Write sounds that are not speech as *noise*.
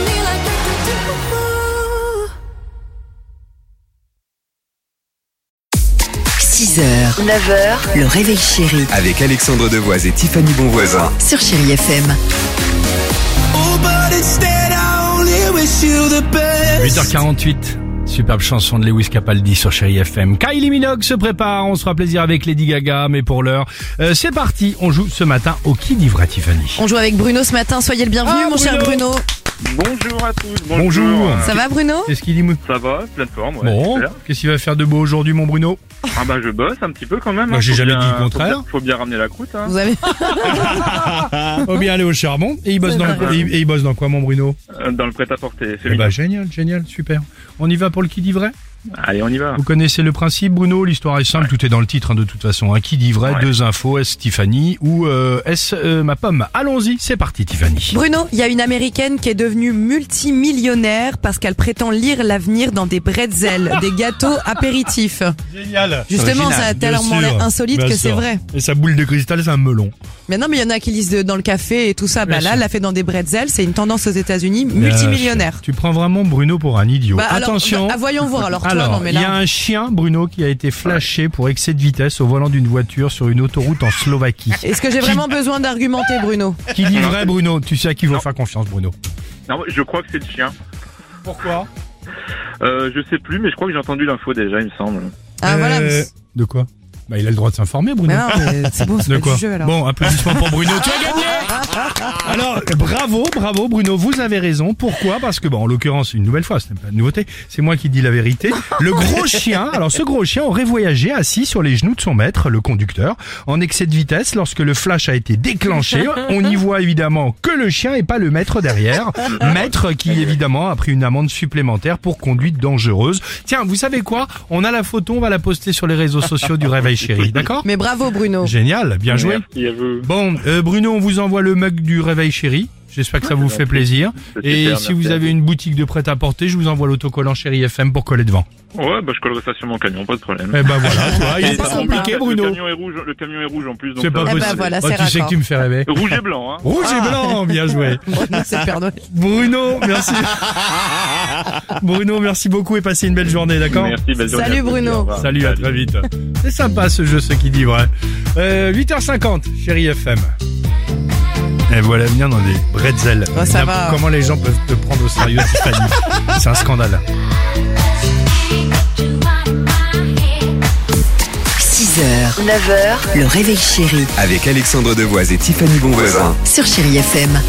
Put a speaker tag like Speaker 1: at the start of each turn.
Speaker 1: me like we could do. Ooh.
Speaker 2: 6h, 9h, le réveil chéri
Speaker 3: Avec Alexandre Devoise et Tiffany Bonvoisin.
Speaker 2: sur Chérie FM.
Speaker 4: 8h48, superbe chanson de Lewis Capaldi sur Chéri FM. Kylie Minogue se prépare, on se fera plaisir avec Lady Gaga, mais pour l'heure, euh, c'est parti, on joue ce matin au qui vivra Tiffany.
Speaker 5: On joue avec Bruno ce matin, soyez le bienvenu
Speaker 4: Ah,
Speaker 5: mon cher
Speaker 4: Bruno.
Speaker 5: Bruno.
Speaker 6: Bonjour à tous.
Speaker 5: Ça va Bruno
Speaker 4: Qu'est-ce qu'il dit mou-
Speaker 6: Ça va, plateforme. Ouais,
Speaker 4: Bon,
Speaker 6: super.
Speaker 4: qu'est-ce qu'il va faire de beau aujourd'hui mon Bruno
Speaker 6: Ah bah je bosse un petit peu quand même.
Speaker 4: Bah,
Speaker 6: hein.
Speaker 4: j'ai
Speaker 6: Faut
Speaker 4: jamais
Speaker 6: bien-
Speaker 4: dit le
Speaker 6: faut
Speaker 4: contraire.
Speaker 6: bien- Faut bien ramener la croûte. Hein.
Speaker 5: Vous avez
Speaker 4: Oh bien aller au charbon. Et il bosse dans,
Speaker 6: vrai.
Speaker 4: et il- et il bosse dans quoi mon Bruno
Speaker 6: Euh, Dans le prêt-à-porter.
Speaker 4: Eh
Speaker 6: féminin.
Speaker 4: ben, génial, génial, super. On y va pour le qui dit vrai
Speaker 6: Allez, on y va.
Speaker 4: Vous connaissez le principe, Bruno L'histoire est simple, tout est dans le titre hein, de toute façon. hein. Qui dit vrai
Speaker 6: Ouais.
Speaker 4: Deux infos, est-ce Tiffany ou euh, est-ce euh, ma pomme Allons-y, c'est parti Tiffany.
Speaker 5: Bruno, il y a une américaine qui est devenue multimillionnaire parce qu'elle prétend lire l'avenir dans des
Speaker 4: *laughs*
Speaker 5: bretzels, des gâteaux apéritifs.
Speaker 4: Génial
Speaker 5: Justement, ça a tellement l'air insolite que c'est vrai.
Speaker 4: Et sa boule de cristal, c'est un melon.
Speaker 5: Mais non, mais il y en a qui lisent de- dans le café et tout ça. Bah
Speaker 4: Bien
Speaker 5: là,
Speaker 4: sûr.
Speaker 5: elle l'a fait dans des bretzels, c'est une tendance aux États-Unis multimillionnaire.
Speaker 4: Tu prends vraiment Bruno pour un idiot.
Speaker 5: Bah, alors,
Speaker 4: Attention.
Speaker 5: bah, voyons voir alors, toi, non, mais
Speaker 4: il y
Speaker 5: là-
Speaker 4: a un chien, Bruno, qui a été flashé pour excès de vitesse au volant d'une voiture sur une autoroute en
Speaker 5: *laughs*
Speaker 4: Slovaquie.
Speaker 5: Est-ce que j'ai vraiment besoin d'argumenter Bruno
Speaker 4: qui dit vrai, Bruno Tu sais à qui il faut faire confiance, Bruno.
Speaker 6: Non, je crois que c'est le chien.
Speaker 4: Pourquoi
Speaker 6: Euh, je sais plus, mais je crois que j'ai entendu l'info déjà, il me semble.
Speaker 5: Ah voilà, mais-
Speaker 4: De quoi Bah, il a le droit de s'informer, Bruno.
Speaker 5: mais non, mais c'est bon,
Speaker 4: Euh, *laughs* De
Speaker 5: c'est pas
Speaker 4: quoi
Speaker 5: Bah, du jeu alors. Ah,
Speaker 4: Bon, applaudissements pour Bruno. Tu as gagné Alors, bravo, bravo Bruno, vous avez raison. Pourquoi Parce que, bon, en l'occurrence, une nouvelle fois, ce n'est pas une nouveauté, c'est moi qui dis la vérité. Le
Speaker 5: *laughs*
Speaker 4: gros chien, alors ce gros chien aurait voyagé assis sur les genoux de son maître, le conducteur, en excès de vitesse lorsque le flash a été déclenché. On y voit évidemment que le chien et pas le maître derrière. Maître qui, évidemment, a pris une amende supplémentaire pour conduite dangereuse. Tiens, vous savez quoi On a la photo, on va la poster sur les réseaux sociaux du Réveil Chéri, d'accord
Speaker 5: Mais bravo Bruno.
Speaker 4: Génial, bien joué.
Speaker 6: Merci à vous.
Speaker 4: Bon, euh, Bruno, on vous envoie le mug du réveil chéri. J'espère que ça vous fait plaisir.
Speaker 6: C'est
Speaker 4: Et
Speaker 6: super,
Speaker 4: si
Speaker 6: merci
Speaker 4: vous
Speaker 6: à
Speaker 4: avez une boutique de prêt-à-porter, je vous envoie l'autocollant chéri FM pour coller devant.
Speaker 6: Ouais, bah je collerai ça sur mon camion, pas de problème.
Speaker 4: Eh ben
Speaker 5: *laughs*
Speaker 4: voilà, toi, il est pas
Speaker 5: sympa.
Speaker 4: compliqué,
Speaker 6: Le
Speaker 4: Eh, Bruno.
Speaker 6: camion est rouge, le camion est rouge en plus. donc
Speaker 4: C'est
Speaker 6: ça
Speaker 4: pas
Speaker 6: va.
Speaker 5: Eh ben
Speaker 4: possible.
Speaker 5: voilà,
Speaker 4: Oh,
Speaker 5: c'est
Speaker 4: tu sais que
Speaker 5: raccord. Ah.
Speaker 4: tu me fais rêver.
Speaker 6: Rouge et blanc, hein.
Speaker 4: Rouge et blanc, bien
Speaker 5: *laughs*
Speaker 4: joué.
Speaker 5: Bruno, c'est le Père Noël.
Speaker 4: Bruno,
Speaker 5: *laughs*
Speaker 4: merci. Bruno, merci beaucoup et passez une belle journée, d'accord
Speaker 6: Merci, belle journée
Speaker 5: Salut,
Speaker 6: à tous,
Speaker 5: Bruno.
Speaker 6: au revoir.
Speaker 4: Salut, à très vite. C'est sympa ce jeu, ce qui dit vrai. Euh, 8h50, chérie FM. Et voilà venir dans des bretzels.
Speaker 5: Oh, ça
Speaker 4: N'importe-
Speaker 5: va.
Speaker 4: Comment les gens peuvent te prendre au sérieux,
Speaker 5: *laughs*
Speaker 4: Tiffany C'est un scandale.
Speaker 2: 6h, 9h, le réveil chéri
Speaker 3: bah. Avec Alexandre Devoise et Tiffany Bonvoisin.
Speaker 2: sur Chérie FM.